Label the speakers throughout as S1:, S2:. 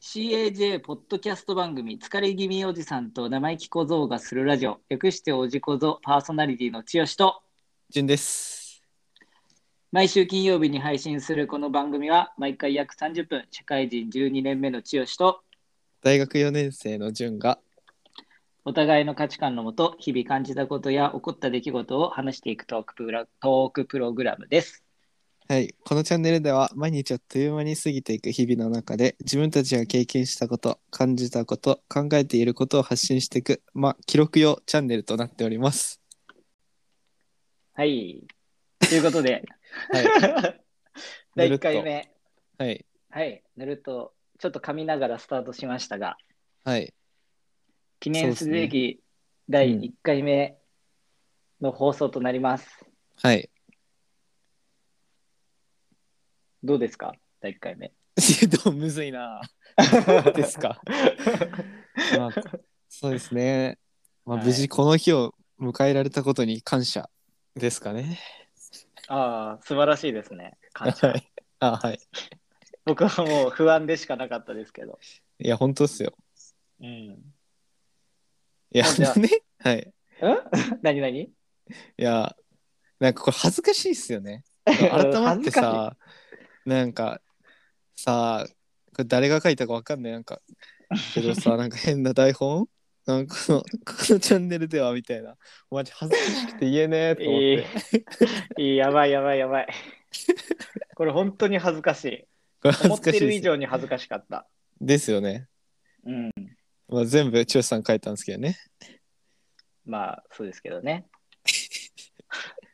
S1: CAJ ポッドキャスト番組「疲れ気味おじさんと生意気小僧がするラジオ」略しておじ小僧パーソナリティの剛と
S2: 順です。
S1: 毎週金曜日に配信するこの番組は毎回約30分社会人12年目の剛と
S2: 大学4年生の順が
S1: お互いの価値観のもと日々感じたことや起こった出来事を話していくトークプロトークプログラムです。
S2: はい、このチャンネルでは毎日あっという間に過ぎていく日々の中で自分たちが経験したこと感じたこと考えていることを発信していくまあ記録用チャンネルとなっております
S1: はい。ということで、
S2: はい、
S1: 第1回目、
S2: はい、
S1: はい、ぬるっとちょっと噛みながらスタートしましたが、
S2: はい、
S1: 記念すべ
S2: そう
S1: き第1回目の放送となります。
S2: はい
S1: どうですか第1回目。
S2: えっとむずいなですか、 まあ、そうですね、まあ、
S1: はい
S2: 無事この日を迎えられたことに感謝ですかね
S1: ああ、素晴らしいですね。感
S2: は
S1: 謝。
S2: いあはい
S1: 僕はもう不安でしかなかったですけど。
S2: いや本当っすよ
S1: うん。ん
S2: いや
S1: あじゃあ
S2: ねはい
S1: 何何
S2: いやなんかこれ恥ずかしいっすよね改まっ
S1: 恥
S2: て
S1: ずか
S2: さなんかさこれ誰が書いたかわかんないなんかけ どさなんか変な台本なんかこのこのチャンネルではみたいなマジ恥ずかしくて言え
S1: し
S2: ねえと
S1: い。
S2: 思っ
S1: い
S2: て、
S1: いいい、やばいやばいやばい。これ本当に恥ずかしい。
S2: これ恥
S1: 思っ
S2: ずか
S1: て
S2: しい
S1: る
S2: で
S1: 以
S2: すよ
S1: 上に恥ずかしかった。
S2: ですよね、
S1: うん。
S2: まあ、全部剛さん書いたんですけどね
S1: まあ、そうですけどね。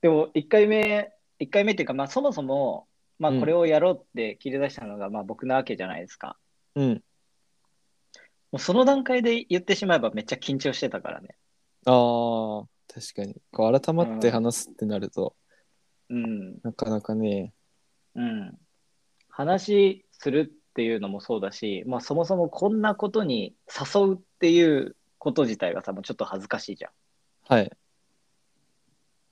S1: でも、1回目、一回目っていうか、まあ、そもそも、まあ、
S2: うん
S1: これをやろうって切り出したのが、まあ、僕なわけじゃないですか。
S2: うん
S1: もうその段階で言ってしまえば、めっちゃ緊張してたからね。
S2: あー確かにこう改まって話すってなると、
S1: うん。
S2: なかなかね
S1: うん。話するっていうのもそうだし、まあ、そもそもこんなことに誘うっていうこと自体がさ、もうちょっと恥ずかしいじゃん。
S2: はい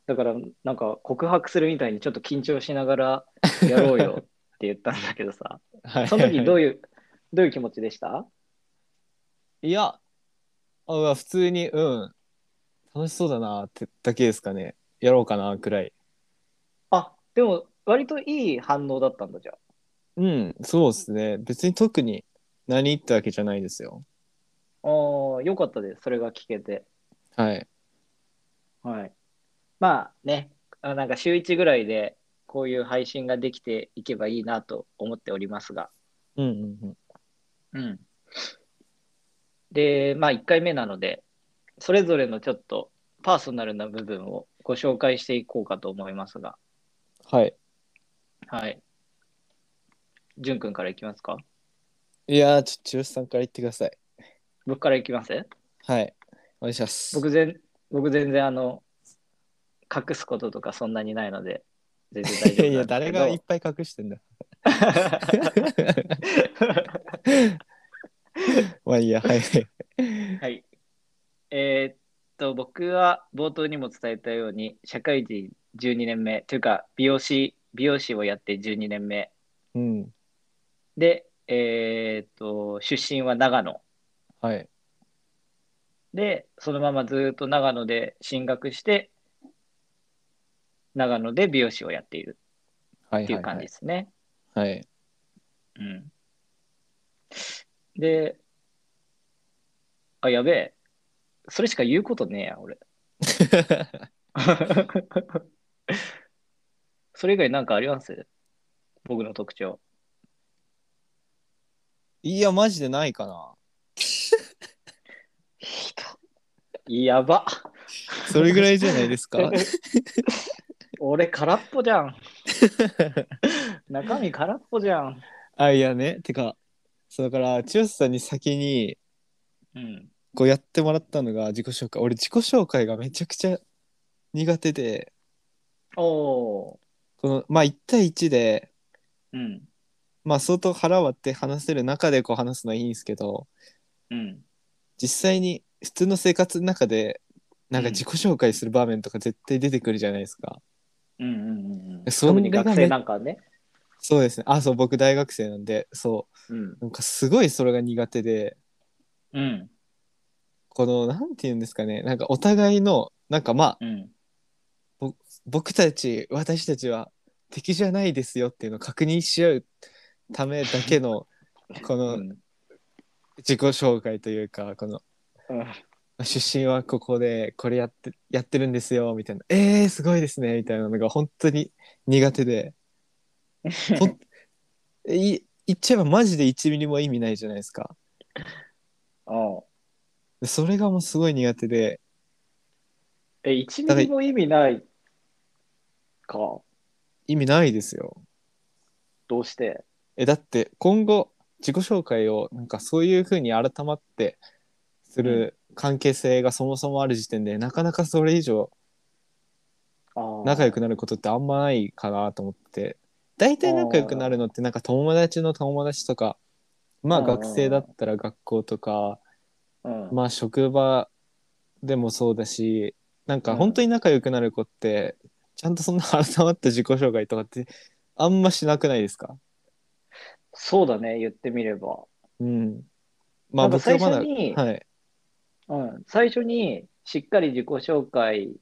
S1: だから、なんか、告白するみたいにちょっと緊張しながらやろうよって言ったんだけどさ。
S2: はい
S1: その時ど
S2: いう
S1: いう、どういう気持ちでした
S2: いや、あうわ普通に、うん、楽しそうだなってだけですかね。やろうかな、くらい。
S1: あ、でも、割といい反応だったんだ、じゃあ。
S2: うん、そうですね。別に特に何ってわけじゃないですよ。
S1: ああ、よかったです。それが聞けて。
S2: はい。
S1: はい。まあね、あなんか週1ぐらいで、こういう配信ができていけばいいなと思っておりますが。
S2: うんうんうん。
S1: うん。で、まあ1回目なので、それぞれのちょっとパーソナルな部分をご紹介していこうかと思いますが。
S2: はい。
S1: はい。じゅんくんからいきますか
S2: いやー、ちょっと、剛さんから言ってください。
S1: 僕からいきます
S2: はい。お願いします。
S1: 僕全僕全然あの隠すこととかそんなにないので全然大丈
S2: いやい
S1: 夫
S2: や、
S1: なんです
S2: 誰
S1: けど
S2: がいっぱい隠してんだ。まあいいや、はい。
S1: はいえーっと僕は冒頭にも伝えたように社会人12年目というか美容師美容師をやって12年目
S2: うん。
S1: でえーっと出身は長野
S2: はい。
S1: でそのままずーっと長野で進学して長野で美容師をやっている
S2: はい。
S1: っていう感じですね、
S2: はい。
S1: うんで、あ、やべえ。それしか言うことねえや、俺。 それ以外なんかあります僕の特徴。
S2: いや、マジでないかな。
S1: やば。
S2: それぐらいじゃないですか。
S1: 俺空っぽじゃん。中身空っぽじゃん。
S2: あ、いやね。てか、そうだから、剛さんに先に、
S1: うん。
S2: こうやってもらったのが自己紹介俺自己紹介がめちゃくちゃ苦手で
S1: おお
S2: このまあ1対1で
S1: ー。うん。
S2: まあ相当腹割って話せる中でこう話すのはいいんですけど
S1: うん。
S2: 実際に普通の生活の中でなんか自己紹介する場面とか絶対出てくるじゃないですか、
S1: うんうんうんうん。
S2: そん
S1: 特
S2: な
S1: に学生なんかはね。
S2: そうですねあそう僕大学生なんでそ
S1: うん
S2: う。なんかすごいそれが苦手で
S1: うん。
S2: このなんて言うんですかねなんかお互いのなんかまあ
S1: うん。
S2: 僕たち私たちは敵じゃないですよっていうのを確認し合うためだ けのこ
S1: う
S2: の
S1: ん。
S2: 自己紹介というかこの出身はここでこれやってやってるんですよみたいな「えー、すごいですね」みたいなのが本当に苦 手でほんい言っちゃえばマジで1ミリも意味ないじゃないですか
S1: うん
S2: でそれがもうすごい苦手で
S1: え、1ミリも意味ないか。
S2: 意味ないですよ
S1: どうして
S2: えだって今後自己紹介をなんかそういうふうに改まってする関係性がそもそもある時点で、なかなかそれ以上仲良く
S1: な
S2: なることってあんまないかなと思って大体仲良くなるのってなんか友達の友達とかまあ
S1: うん
S2: 学生だったら学校とか、
S1: うん。
S2: まあ職場でもそうだしなんか本当に仲良くなる子ってちゃんとそんな改まった自己紹介とかってあんましなくないですか
S1: そうだね、言ってみれば。
S2: うん。まあ
S1: なんか
S2: 僕はまだ、
S1: 最初に
S2: はい。
S1: うん、最初にしっかり自己紹介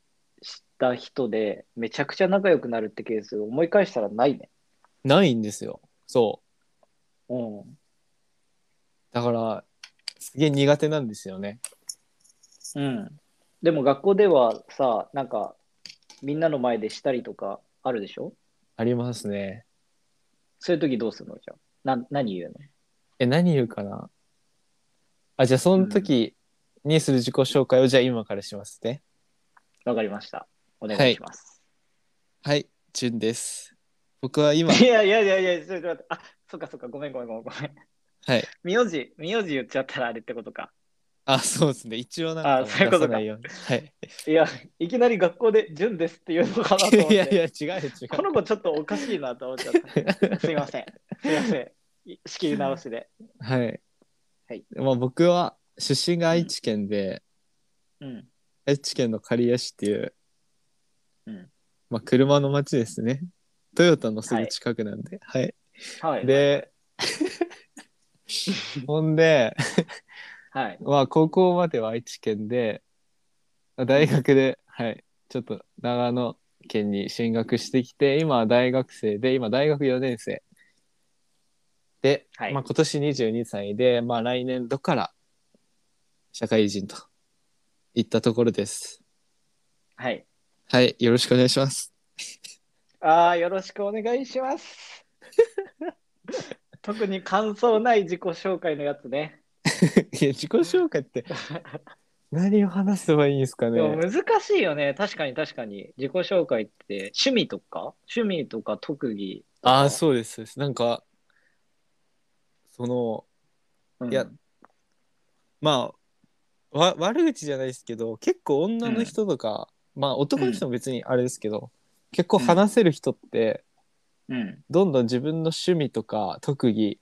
S1: した人でめちゃくちゃ仲良くなるってケース思い返したらないね。
S2: ないんですよ。そ
S1: うん。
S2: う。だから、すげえ苦手なんですよね。
S1: うん。でも学校ではさ、なんかみんなの前でしたりとかあるでしょ
S2: ありますね。
S1: そういう時どうするのじゃあ。な、何言うの
S2: え、何言うかなあ、じゃあその時にする自己紹介を、じゃあ今からしますね。
S1: わかりました。お願いします。
S2: はい、じゅんです。僕は 今、
S1: いやいやいやいや、ちょっと待って。あ、そっかそっか、ごめんごめんごめんごめん。
S2: はい。
S1: 名字、名字言っちゃったらあれってことか。
S2: あ、そうですね。一応なんか
S1: あそういうことか
S2: 出さないように。はい。
S1: いや、いきなり学校で純ですって言うのかなと思って。
S2: いや いや、違う違う。
S1: この子ちょっとおかしいなと思っちゃった。すいません。すいません。い仕切り直しで。
S2: はい。
S1: はい
S2: まあ僕は出身が愛知県で、
S1: うん。
S2: 愛知県の刈谷市っていう、
S1: うん
S2: まあ、車の町ですねトヨタのすぐ近くなんではい、
S1: はい。、
S2: でほんで、
S1: はい。
S2: まあ、高校までは愛知県で大学で、はい、ちょっと長野県に進学してきて今は大学生で今大学4年生で、
S1: はい
S2: まあ、今年22歳で、まあ、来年度から社会人といったところです。
S1: はい。
S2: はい、よろしくお願いします。
S1: ああ、よろしくお願いし ます。特に感想ない自己紹介のやつね。
S2: いや、 自己紹介って何を話せばいいんですか
S1: でも
S2: ね。
S1: 難しいよね。確かに確かに。自己紹介って趣味とか趣味とか特技とか。
S2: ああ、そうですそうです。なんか、その、
S1: うん。
S2: いやまあ、わ悪口じゃないですけど、結構女の人とか、まあ男の人も別にあれですけど、結構話せる人って、
S1: うん。
S2: どんどん自分の趣味とか特技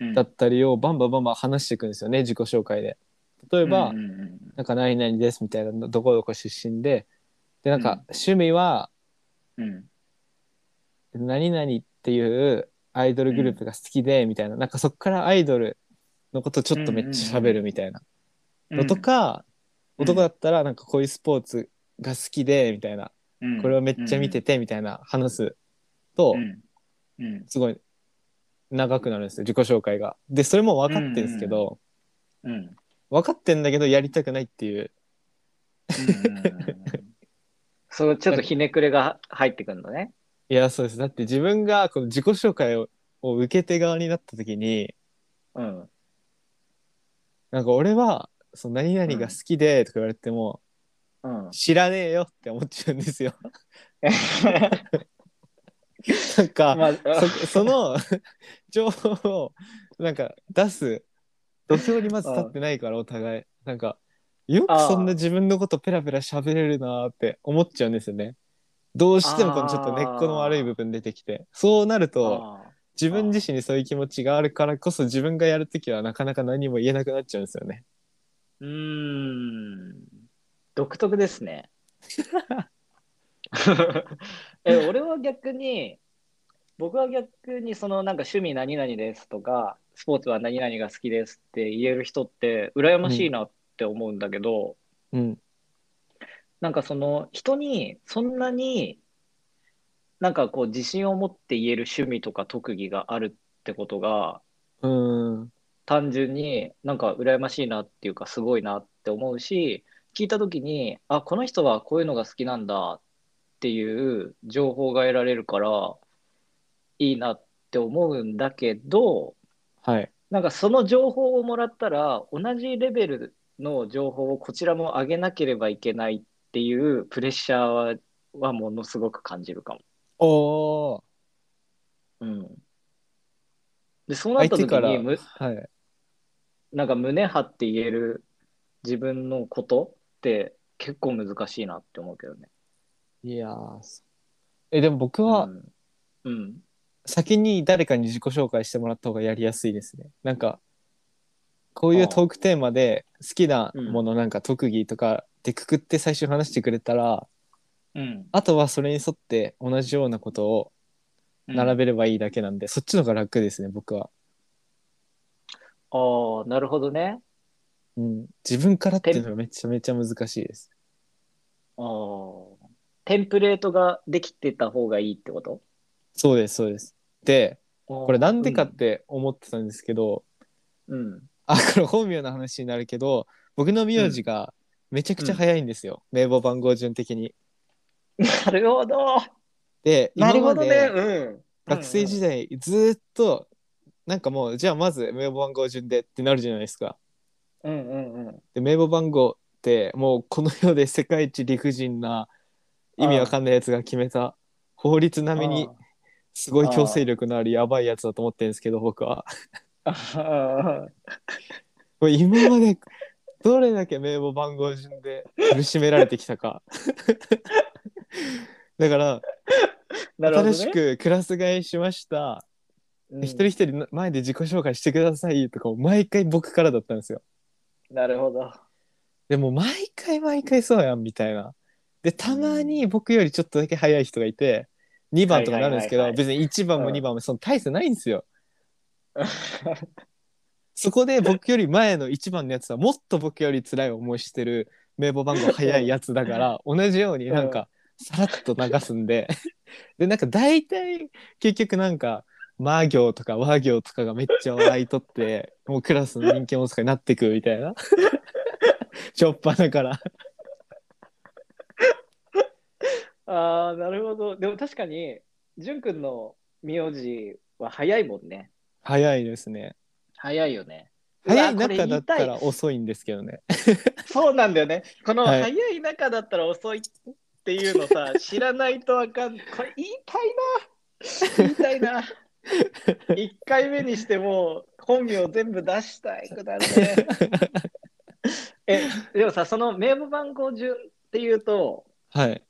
S1: うん。
S2: だったりをバンバンバンバン話していくんですよね、自己紹介で。例えば、
S1: うんうんうん
S2: なんか何々ですみたいな、どこどこ出身で、で、なん
S1: う
S2: か
S1: ん
S2: 趣味は、
S1: うん。
S2: 何々っていうアイドルグループが好きでみたいな、なんかそっからアイドルのことちょっとめっちゃ喋るみたいな
S1: うん
S2: のとか、
S1: うん
S2: 男だったらなんかこういうスポーツが好きでみたいな、
S1: うん
S2: これをめっちゃ見ててみたいな話すと、
S1: うん。うん。
S2: すごい長くなるんですよ自己紹介が。でそれも分かってるんですけど、
S1: うん。うん
S2: 分かってんだけどやりたくないっていう
S1: そう、ちょっとひねくれが入ってくるのね。
S2: いやそうですだって自分がこの自己紹介をを受け手側になった時に
S1: うん。
S2: なんか俺はその何々が好きでとか言われても、
S1: うん。
S2: 知らねえよって思っちゃう んですよ。なん か、
S1: まあ、
S2: そその 情報をなんか出す土俵にまず立ってないからお互いなんかよくそんな自分のことペラペラ喋れるなーって思っちゃうんですよね。どうしてもこのちょっと根っこの悪い部分出てきてそうなると
S1: あ
S2: 自分自身にそういう気持ちがあるからこそ自分がやるときはなかなか何も言えなくなっちゃうんですよね。
S1: ーうーん。独特ですね。え、俺は逆に、僕は逆にそのなんか趣味何々ですとかスポーツは何々が好きですって言える人って羨ましいなって思うんだけど、
S2: うん
S1: なんかその人にそんなになんかこう自信を持って言える趣味とか特技があるってことが
S2: うん
S1: 単純になんか羨ましいなっていうかすごいなって思うし聞いた時にあこの人はこういうのが好きなんだっていう情報が得られるからいいなって思うんだけど
S2: はい
S1: なんかその情報をもらったら同じレベルの情報をこちらも上げなければいけないっていうプレッシャーははものすごく感じるかも。
S2: おお
S1: うん、でそうなった
S2: 相手
S1: 時
S2: から
S1: に
S2: は
S1: む
S2: い
S1: なんか胸張って言える自分のことって結構難しいなって思うけどね。
S2: いやーそえでも僕
S1: う
S2: は
S1: ん、うん、
S2: 先に誰かに自己紹介してもらった方がやりやすいですねなんかこういうトークテーマで好きなものなんか特技とかでくくって最初話してくれたら
S1: うん、
S2: あとはそれに沿って同じようなことを並べればいいだけなんで、そっちの方が楽ですね僕は、
S1: ああ、なるほどね。
S2: うん、自分からっていうのがめちゃめちゃ難しいです
S1: ああ、テンプレートができてた方がいいってこと
S2: そうですそうですで
S1: こ
S2: これなんでかって思ってたんですけど、
S1: うん。
S2: あこれ本名の話になるけど僕の名字がめちゃくちゃ早いんですよ、名簿番号順的に
S1: なるほど。
S2: で
S1: な
S2: 今
S1: る
S2: ま
S1: ほどね。
S2: で
S1: うん。
S2: 学生時代ずーっとなんかもうじゃあまず名簿番号順でってなるじゃないですか
S1: 代。うんうんうん。
S2: で名簿番号ってもうこの世で世界一理不尽な意味わかんないやつが決めた法律並みにすごい強制力のあるやばいやつだと思ってるんですけど僕は
S1: あー。
S2: これ今までどれだけ名簿番号順で苦しめられてきたか だから、
S1: なるほどね
S2: 新しくクラス替えしました、
S1: うん
S2: 一人一人前で自己紹介してくださいとか毎回僕からだったんですよ
S1: なるほど。
S2: でも毎回毎回そうやんみたいな。でたまに僕よりちょっとだけ早い人がいて2番とかなるんですけ
S1: はい
S2: ど
S1: はい
S2: 別に1番も
S1: うん
S2: 2番もその大差ない んですよ。そこで僕より前の1番のやつはもっと僕より辛い思いしてる名簿番号早いやつだから同じようになんかさらっと流すんで でなんか大体結局なんか「ま行」とか「和行」とかがめっちゃ笑いとってもうクラスの人気者とかになってくみたいなしょっぱなから。
S1: ああ、なるほど。でも確かに、じゅんくんの名字は早いもんね。
S2: 早いですね。
S1: 早いよね。
S2: 早いう
S1: わこれ
S2: 中
S1: 言
S2: だっ
S1: いた
S2: た
S1: い
S2: ら遅いんですけどね。
S1: そうなんだよね。この
S2: はい
S1: 早い中だったら遅いっていうのさ、 知らないとわかんこれ言いたいな。言いたい な。1回目にしてもう本名全部出したいくだら ね。え、でもさ、その名簿番号順っていうと、
S2: はい。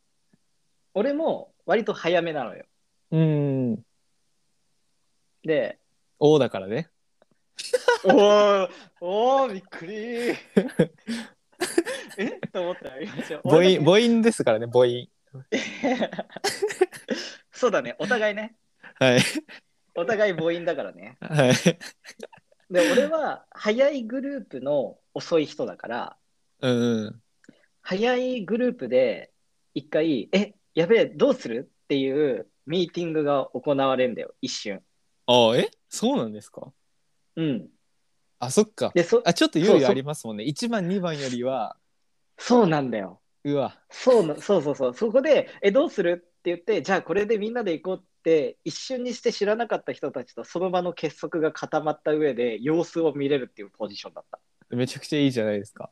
S1: 俺も割と早めなのよ。
S2: うーん。
S1: で、
S2: 王だからね。
S1: おーおーびっくり ーえと思ったよ。一応
S2: 母
S1: 俺だ
S2: 音、
S1: け
S2: 母音ですからね、母音。
S1: そうだね、お互いね。
S2: はい。
S1: お互い母音だからね。
S2: はい。
S1: で、俺は早いグループの遅い人だから、
S2: うん。
S1: 早いグループで一回、え、やべえ、どうするっていうミーティングが行われるんだよ、一瞬。
S2: あ、えそうなんですか
S1: うん。
S2: あ、そっか。
S1: で、そ、
S2: あ、ちょっと猶予ありますもんね。1番、2番よりは、
S1: そうなんだよ。
S2: うわ。
S1: そうな、そうそうそう。そこで、え、どうするって言って、じゃあこれでみんなで行こうって、一瞬にして知らなかった人たちとその場の結束が固まった上で、様子を見れるっていうポジションだった。
S2: めちゃくちゃいいじゃないですか。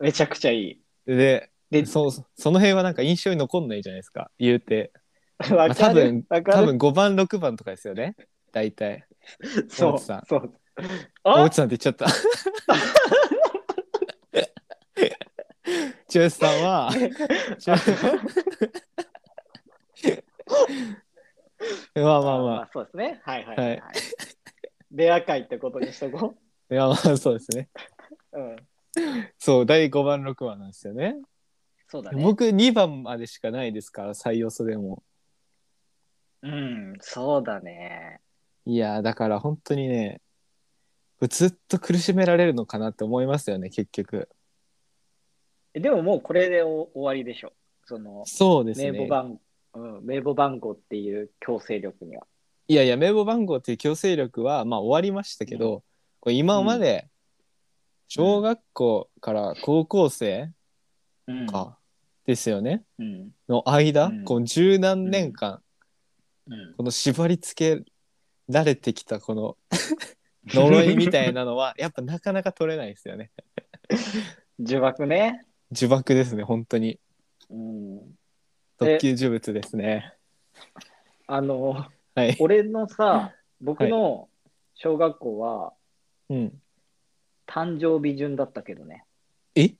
S1: めちゃくちゃいい。
S2: で、
S1: で、
S2: そそその辺はなんか印象に残んないじゃないですか。言うて。
S1: わ
S2: あ多
S1: かる
S2: 分。
S1: わか
S2: 多
S1: る。
S2: 分5番、6番とかですよね。大体。
S1: そう。
S2: 大内さん
S1: そう。
S2: 大
S1: あ
S2: 内さんって 言っちゃった。千代さんは、ちょまあまあまあ、
S1: そうですね。はいはい、
S2: はい
S1: レア会ってことにしとこ
S2: いやまあそうですね。
S1: う。 うん。
S2: そう、第5番、6番なんですよね。
S1: そうだね。
S2: 僕、2番までしかないですから、最要素でも。
S1: うん、そうだね。
S2: いやーだから本当にねずっと苦しめられるのかなって思いますよね結局
S1: えでももうこれでお終わりでしょ。その、
S2: そうです
S1: 名
S2: ね
S1: 簿番、うん、名簿番号っていう強制力には。
S2: いやいや名簿番号っていう強制力はまあ終わりましたけど、これ今まで小学校から高校生
S1: うん。
S2: か、ですよね
S1: うん。
S2: の間、
S1: うん
S2: この十何年間、
S1: うん。
S2: この縛り付けられてきたこの呪いみたいなの はやっぱなかなか取れないですよね
S1: 呪縛ね。
S2: 呪縛ですね本当に
S1: うん。
S2: 特級呪物ですね
S1: あの、
S2: はい、
S1: 俺のさ、僕の小学校は
S2: うん、
S1: 誕生日順だったけどね。
S2: え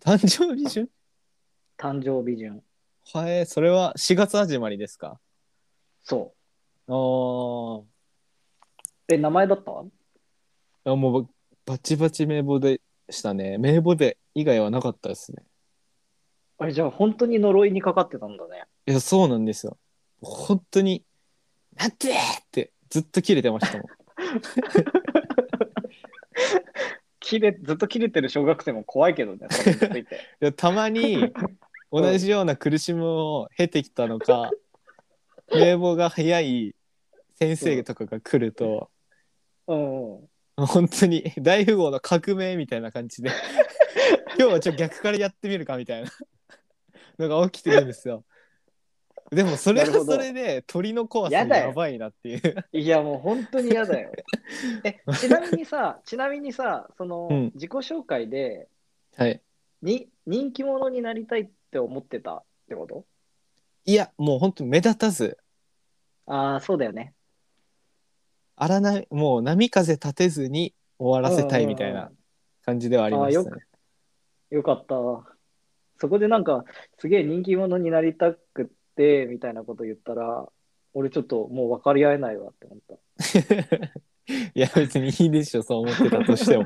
S2: 誕生日順
S1: 誕生日順。
S2: はいそれは4月始まりですか
S1: そう。
S2: あー
S1: え、名前だったう
S2: あもうばバチバチ名簿でしたね名簿で以外はなかったですね
S1: あれ、じゃあ本当に呪いにかかってたんだね。
S2: いやそうなんですよ本当に「なんて!」ってずっと切れてましたもん
S1: 切れ、ずっと切れてる小学生も怖いけどね、それにつ いて。
S2: でたまに同じような苦しみを経てきたのか名簿が早い先生とかが来ると
S1: うんうん。
S2: 本当に大富豪の革命みたいな感じ で今日はちょっと逆からやってみるかみたいなのが起きてるんですよでもそれ
S1: なる
S2: は
S1: ほど
S2: それで鳥の怖さ
S1: や
S2: が
S1: だよ
S2: やばいなっていう
S1: いや、もう本当に嫌だよ。え、ちなみにさ、ちなみにさ、その、
S2: うん
S1: 自己紹介で
S2: はい
S1: に、人気者になりたいって思ってたってこと
S2: いやもう本当目立たず
S1: ああ、そうだよね。
S2: 荒なもう波風立てずに終わらせたいみたいな感じではありまし
S1: あ
S2: た
S1: よ
S2: ね
S1: よかった。そこでなんか、すげえ人気者になりたくって、みたいなこと言ったら、俺ちょっともう分かり合えないわって思った。
S2: いや別にいいでしょそう思ってたとし ても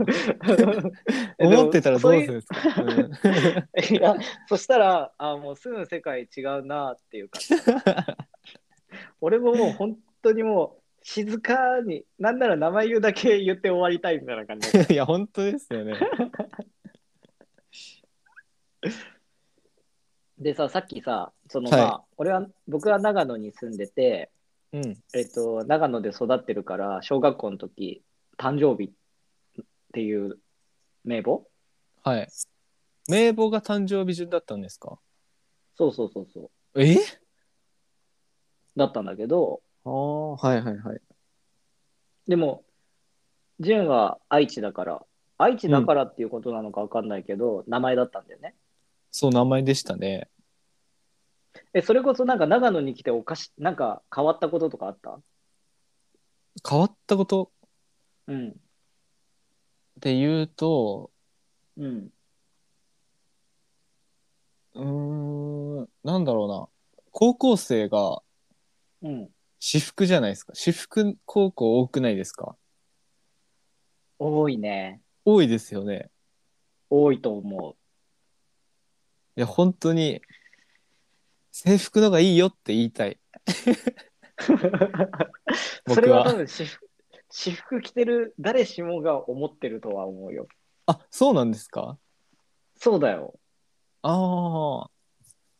S2: 思ってたらどうするんですか、うん
S1: いや、そしたら、あもう住む世界違うなっていうか、 俺ももう本当にもう静かに、なんなら名前言うだけ言って終わりたいみたいな感じ。
S2: いや本当ですよね
S1: でさ、さっきさ、そのま
S2: はい
S1: あ、俺は、僕は長野に住んでて、
S2: うん
S1: えっと、長野で育ってるから、小学校の時、誕生日っていう名簿
S2: はい。名簿が誕生日順だったんですか
S1: そうそうそうそう。
S2: え
S1: だったんだけど、
S2: ああ、はいはいはい。
S1: でも、純は愛知だから、愛知だからっていうことなのか分かんないけど、名前だったんだよね。
S2: そう、名前でしたね。
S1: え、それこそなんか長野に来ておかし、なんか変わったこととかあった
S2: 変わったこと
S1: うん。
S2: で言うと、
S1: うん。
S2: うーん、なんだろうな。高校生が
S1: うん。
S2: 私服じゃないですか。私服高校多くないですか
S1: 多いね。
S2: 多いですよね。
S1: 多いと思
S2: いや、本当に、制服の方がいいよって言いたい。
S1: う。それは多分私服、私服着てる誰しもが思ってるとは思うよ。
S2: あ、そうなんですか
S1: そうだよ。
S2: あ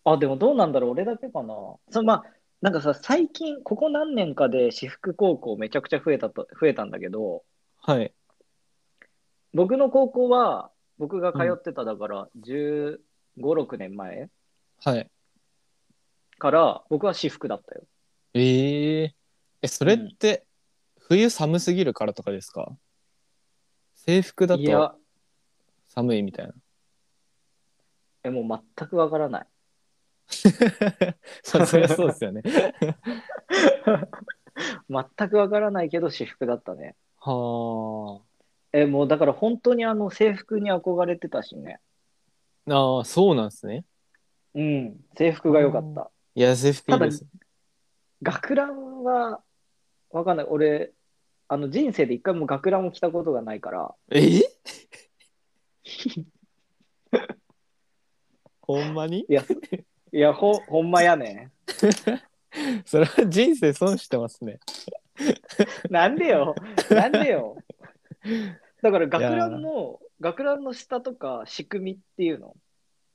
S2: あ、
S1: あ、でもどうなんだろう。俺だけかな。そのまあ、なんかさ、最近、ここ何年かで私服高校めちゃくちゃ増えたと、増えたんだけど、
S2: はい。
S1: 僕の高校は僕が通ってただから1 5 6年前
S2: はい。
S1: から僕は私服だったよ
S2: えええ、それって、冬寒すぎるからとかですか制服だ
S1: い
S2: と
S1: や
S2: 寒いみたいな。
S1: えもう全くわからない
S2: そそりゃそうですよね。
S1: 全くわからないけど私服だったね
S2: は
S1: えもうだから本当にあの制服に憧れてたしね
S2: あ。ああ、そうなんですね。
S1: うん制服が良かった
S2: いや、制服いいです。
S1: 学ランはわかんない俺あの人生で一回も学ランを着たことがないから
S2: えほんまに
S1: いやいやほほんまやね
S2: それは人生損してますね。
S1: なんでよなんでよだから学ランの学ランの下とか仕組みっていうの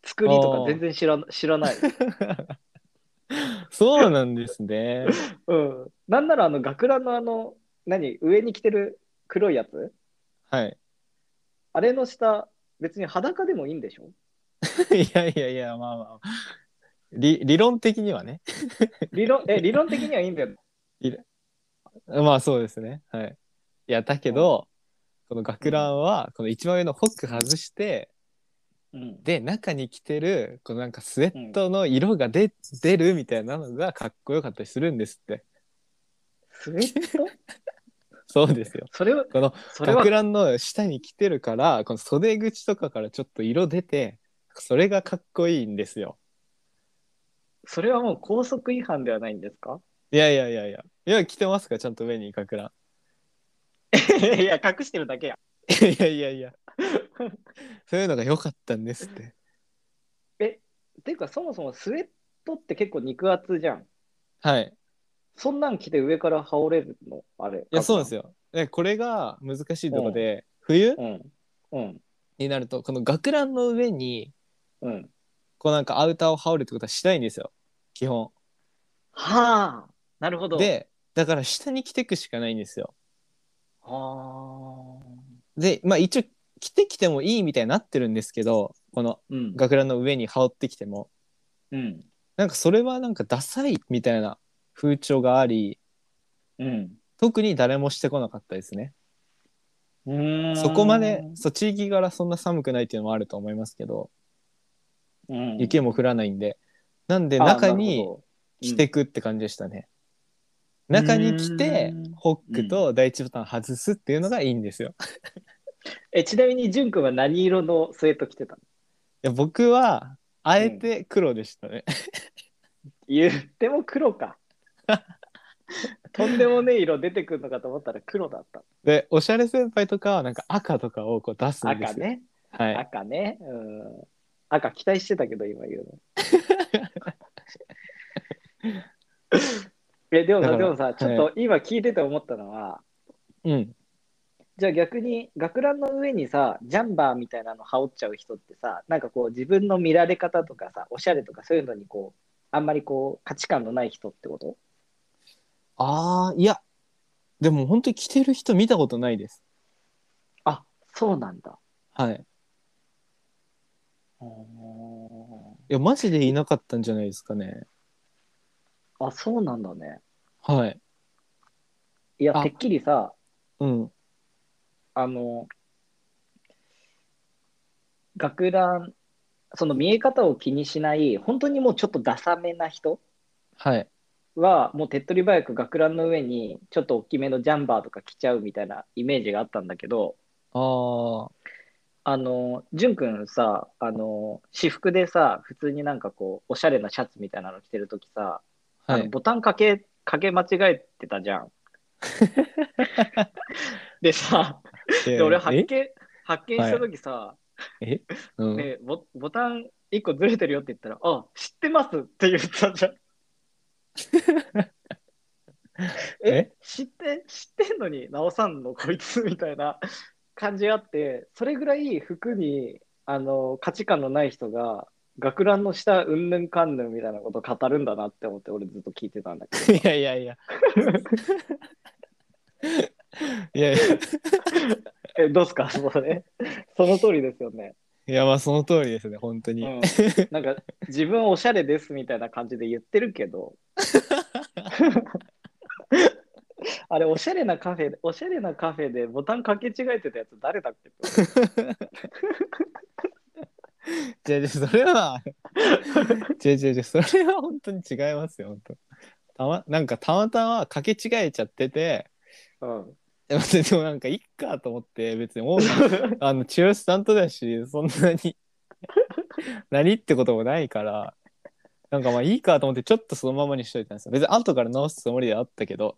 S1: 作りとか全然知ら知らない。
S2: そうなんですね。
S1: うん。なんならあの学ランのあの何上に着てる黒いやつ
S2: はい。
S1: あれの下別に裸でもいいんでしょ
S2: いやいやいや、まあまあ。理理論的にはね。
S1: 理論え理論的にはいいんだよ。
S2: まあそうですね。はい。いや、だけど、この学ランは、この一番上のホック外して、
S1: うん。
S2: で、中に着てる、このなんかスウェットの色が出,、出るみたいなのがかっこよかったりするんですって。
S1: スウェット
S2: そうですよ。
S1: それは
S2: この
S1: それは
S2: 学ランの下に着てるから、この袖口とかからちょっと色出て、それがかっこいいんですよ。
S1: それはもう校則違反ではないんですか
S2: いやいやいやいや。いや、着てますかちゃんと上に学ラン。
S1: いや隠してるだけや。
S2: いやいやい や。そういうのが良かったんですって。
S1: ていうかそもそもスウェットって結構肉厚じゃん。
S2: はい。
S1: そんなん着て上から羽織れるのあれ。
S2: いやそうなんです
S1: よ。
S2: よ。でこれが難しいとこで、冬
S1: うん。うん。
S2: になるとこの学ランの上に
S1: うん。
S2: こうなんかアウターを羽織るってことはしないんですよ基本。
S1: はあ。なるほど。、
S2: でだから下に着てくしかないんですよ。
S1: はあ。
S2: でまあ一応着てきてもいいみたいになってるんですけどこの
S1: うん。
S2: 学ランの上に羽織ってきても
S1: うん。
S2: なんかそれはなんかダサいみたいな風潮があり
S1: うん。
S2: 特に誰もしてこなかったですね。
S1: うーん
S2: そこまでそう地域柄そんな寒くないっていうのもあると思いますけど
S1: うん
S2: 雪も降らないんでなんで
S1: あ
S2: 中
S1: な
S2: に
S1: るほど
S2: 着てくって感じでしたね。
S1: うん
S2: 中に着て
S1: うん
S2: ホックと第一ボタン外すっていうのがいいんですよ。い
S1: えちなみに淳君は何色のスウェット着てたの
S2: や僕はあえて黒でしたね。
S1: 言っても黒 かとんでもねえ色出てくるのかと思ったら黒だった
S2: でおしゃれ先輩とかはなんか赤とかをこう出すんで
S1: 赤
S2: すよ。
S1: ね
S2: はい。
S1: 赤ねうん赤期待してたけど今言うの えでもさ
S2: だか
S1: で
S2: ら
S1: もさちょっと今聞いてて思ったのは、
S2: うん。
S1: じゃあ逆に学ランの上にさジャンバーみたいなの羽織っちゃう人ってさなんかこう自分の見られ方とかさおしゃれとかそういうのにこうあんまりこう価値観のない人ってこと
S2: ああいやでも本当に着てる人見たことないです。
S1: あそうなんだ
S2: はい。
S1: あ
S2: いやマジでいなかったんじゃないですかね。
S1: そうなんだね
S2: はい。
S1: いや
S2: あ
S1: てっきりさ
S2: うん。
S1: あの学ランその見え方を気にしない本当にもうちょっとダサめな人
S2: はい。
S1: はもう手っ取り早く学ランの上にちょっと大きめのジャンバーとか着ちゃうみたいなイメージがあったんだけど
S2: ああ。
S1: あの、じゅんくんさ、あの、私服でさ、普通になんかこう、おしゃれなシャツみたいなの着てるときさ、あ
S2: は
S1: の
S2: い。
S1: ボタンかけ、かけ間違えてたじ ゃん。でさ、で俺発見、発見したときさ、
S2: うん
S1: ねボ、ボタン1個ずれてるよって言ったら、あ、知ってますって言ったじゃん。 え
S2: え
S1: 知って、知ってんのに直さんのこいつみたいな感じがあって、それぐらい服にあの価値観のない人が、学ランの下うんぬんかんぬんみたいなこと語るんだなって思って、俺ずっと聞いてたんだけ
S2: いやいやい や。いやいや、い
S1: ど。え、どうすかそれ。その通りですよね。
S2: やまあその通りですね、本当
S1: う
S2: に。
S1: ん、なんか、自分おしゃれですみたいな感じで言ってるけ ど。あれ、おしゃれなカフェで、おしゃれなカフェでボタンかけ違えてたやつ誰だっけ
S2: じゃじゃそれは、じゃじゃじゃそれは本当に違いますよ、本当。たま、なんかたまたま掛け違えちゃってて、
S1: うん。
S2: でもでもなんかいっかと思って、別にもう、あの、チュースタントだし、そんなに、 何ってこともないから、なんかまあいいかと思って、ちょっとそのままにしといたんですよ。別に後から直すつもりではあったけど、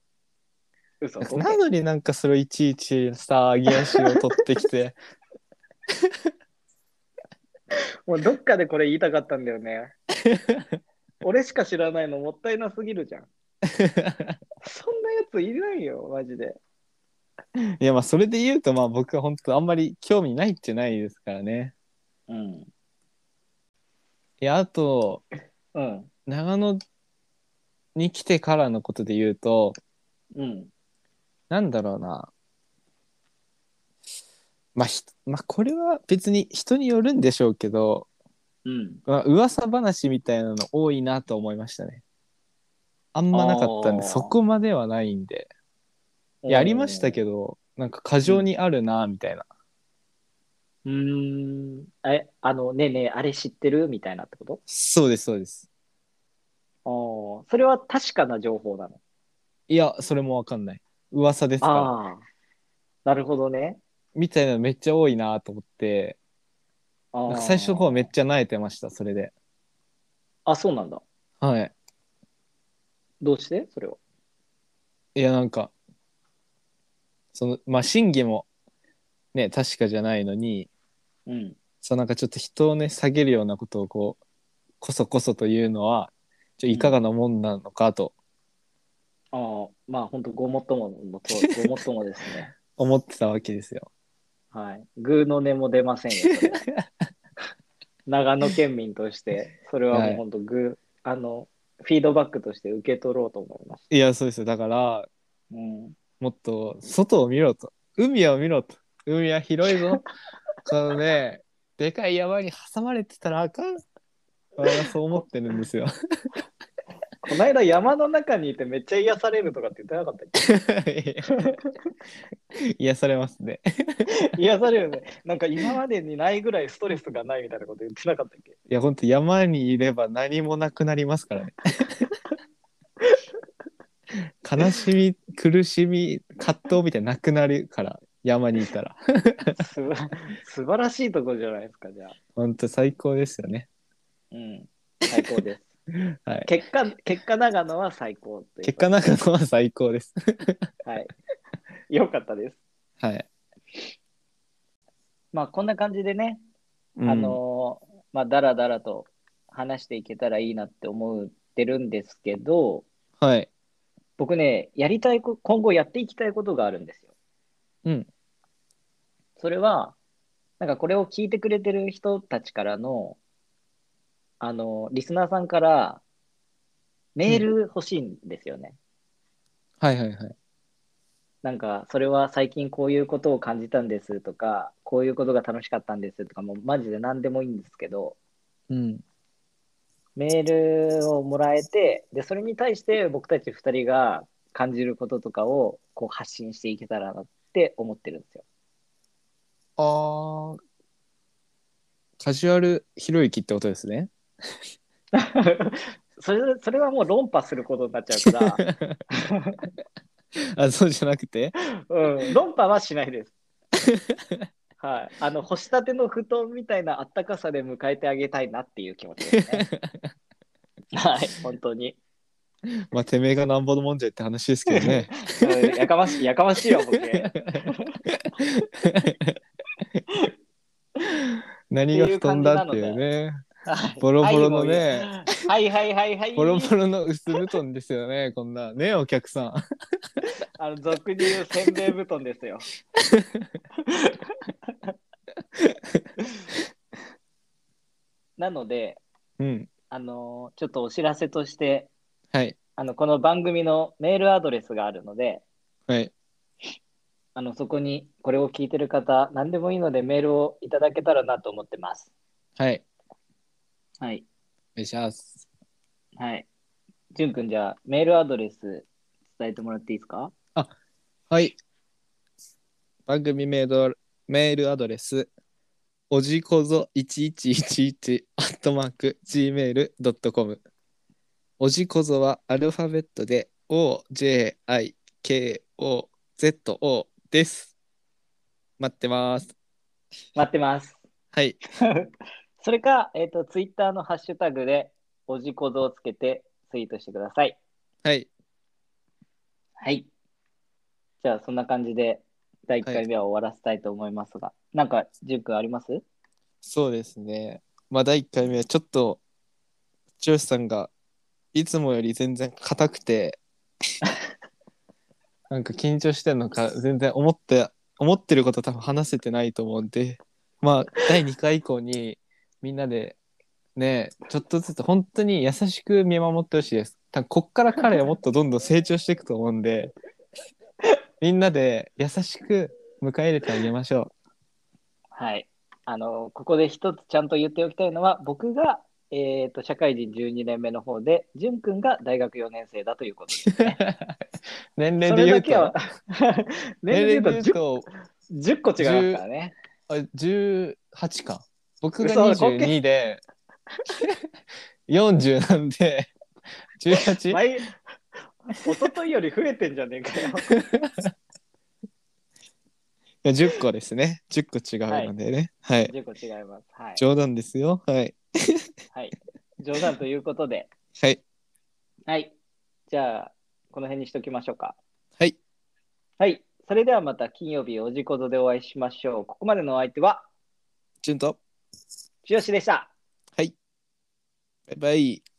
S1: 嘘ボケ
S2: なのになんかそれをいちいちさ揚げ足を取ってきて
S1: もうどっかでこれ言いたかったんだよね。俺しか知らないのもったいなすぎるじゃん。そんなやついないよ、マジで。
S2: いやまあそれで言うとまあ僕は本当あんまり興味ないってないですからね。
S1: うん。
S2: いやあと
S1: うん。
S2: 長野に来てからのことで言うと
S1: うん。
S2: なんだろうなまあひまあこれは別に人によるんでしょうけど、
S1: うん。
S2: まあ、噂話みたいなの多いなと思いましたね。あんまなかったんで
S1: あー
S2: そこまではないんで。いやありましたけどなんか過剰にあるなみたいな。
S1: うーん。え、あの、ねえねえ、あれ知ってるみたいなってこと
S2: そうですそうです。
S1: ああ。それは確かな情報なの。
S2: いやそれもわかんない。噂ですから。
S1: ああ。なるほどね。
S2: みたいなのめっちゃ多いなと思って
S1: あ
S2: な
S1: ー
S2: んか最初の方はめっちゃ萎えてましたそれで
S1: あ、そうなんだ。
S2: はい
S1: どうしてそれを。
S2: いやなんかそのまあ真偽もね確かじゃないのに
S1: うん。
S2: そうなんかちょっと人をね下げるようなことをこうこそこそというのはちょいかがなもんなのかと
S1: ああ、まあ、本当ごもっとものと、ごもっともです ね。
S2: 思ってたわけですよ、
S1: はい。グーの音も出ませんよ、それ長野県民として、それはもう本当グー、あの、フィードバックとして受け取ろうと思います。
S2: い、やそうですよだから
S1: うん。
S2: もっと外を見ろと海を見ろと海は広いぞ このねでかい山に挟まれてたらあかん俺はそう思ってるんですよ
S1: この間山の中にいてめっちゃ癒されるとかって言ってなかったっけ
S2: 癒されますね。
S1: 癒されるね。なんか今までにないぐらいストレスがないみたいなこと言ってなかったっけ
S2: いや本当山にいれば何もなくなりますからね。 悲しみ苦しみ葛藤みたいなのなくなるから山にいたら
S1: すば素晴らしいとこじゃないですか、じゃあ。
S2: 本当最高ですよね。
S1: うん。最高です。
S2: はい。
S1: 結果、結果長野は最高という
S2: 結果なんかのは最高です。
S1: はい。よかったです。
S2: はい。
S1: まあ、こんな感じでね、
S2: うん
S1: あのーまあ、だらだらと話していけたらいいなって思ってるんですけど、
S2: はい。
S1: 僕ね、やりたいこ、今後やっていきたいことがあるんですよ。
S2: うん。
S1: それは、なんかこれを聞いてくれてる人たちからの、あの、リスナーさんからメール欲しいんですよね。
S2: はいはいはい。
S1: なんか、それは最近こういうことを感じたんですとか、こういうことが楽しかったんですとか、もうマジで何でもいいんですけど、
S2: うん。
S1: メールをもらえて、で、それに対して僕たち2人が感じることとかをこう発信していけたらなって思ってるんですよ。
S2: あーカジュアルひろゆきってことです ね。
S1: それそれはもう論破することになっちゃうか
S2: あそうじゃなくて。
S1: ら、うん、論破はしないです。はい、あの干したての布団みたいなあったかさで迎えてあげたいなっていう気持ちですね。はい、本当に。
S2: まあてめえがなんぼのもんじゃいって話ですけど ね。
S1: うんやかましい、やかましいよ、僕。って
S2: 何が布団だっていうね。ボロボロのね。
S1: はいはいはいはい。
S2: ボロボロの薄布団ですよね、こんな。ね、お客さん。
S1: あの俗に言うせんべい布団です よ。なので、
S2: うん。
S1: あのちょっとお知らせとして、
S2: はい。
S1: あのこの番組のメールアドレスがあるので、
S2: はい。
S1: あのそこにこれを聞いてる方、何でもいいのでメールをいただけたらなと思ってます。
S2: はい。
S1: はい。
S2: お願いします。
S1: はい。じゅんくん、じゃあ、メールアドレス伝えてもらっていいですか
S2: はい。番組メールメールアドレス、おじこぞ1111アットマーク gmail.com。おじこぞはアルファベットで OJIKOZO です。待ってます。
S1: 待ってます。
S2: はい。
S1: それか、えっ、と、ツイッターのハッシュタグで、おじこぞをつけてツイートしてください。
S2: はい。
S1: はい。じゃあ、そんな感じで、第1回目は終わらせたいと思いますが、なんか、じゅんくんあります
S2: そうですね。まあ、第1回目はちょっと、剛さんがいつもより全然硬くて、 なんか緊張してんのか全然思って思ってること多分話せてないと思うんでまあ第2回以降にみんなでねちょっとずつ本当に優しく見守ってほしいです多分こっから彼はもっとどんどん成長していくと思うんで みんなで優しく迎え入れてあげましょ
S1: はい。あの、ここで一つちゃんと言っておきたいのは、僕が、えっ、と、社会人12年目の方で、じゅんくんが大学4年生だということです。
S2: う年齢
S1: そ
S2: で
S1: れだ
S2: 言う
S1: けは
S2: と、
S1: 年齢で言うと
S2: と
S1: 10, 個違いますからね。
S2: あ18か僕が
S1: 嘘こっけ
S2: 22で40なんで 18?
S1: 毎、おとといより増えてんじゃねえ かよ。
S2: いや10個ですね10個違うのでねはい、
S1: 10個違います。はい。
S2: 冗談ですよはい
S1: はい、冗談ということで。
S2: はい
S1: はい。じゃあ、この辺にしときましょうか。
S2: はい
S1: はい。それではまた金曜日おじこぞでお会いしましょう。ここまでのお相手は、
S2: 潤と
S1: 剛でした。
S2: バイバイ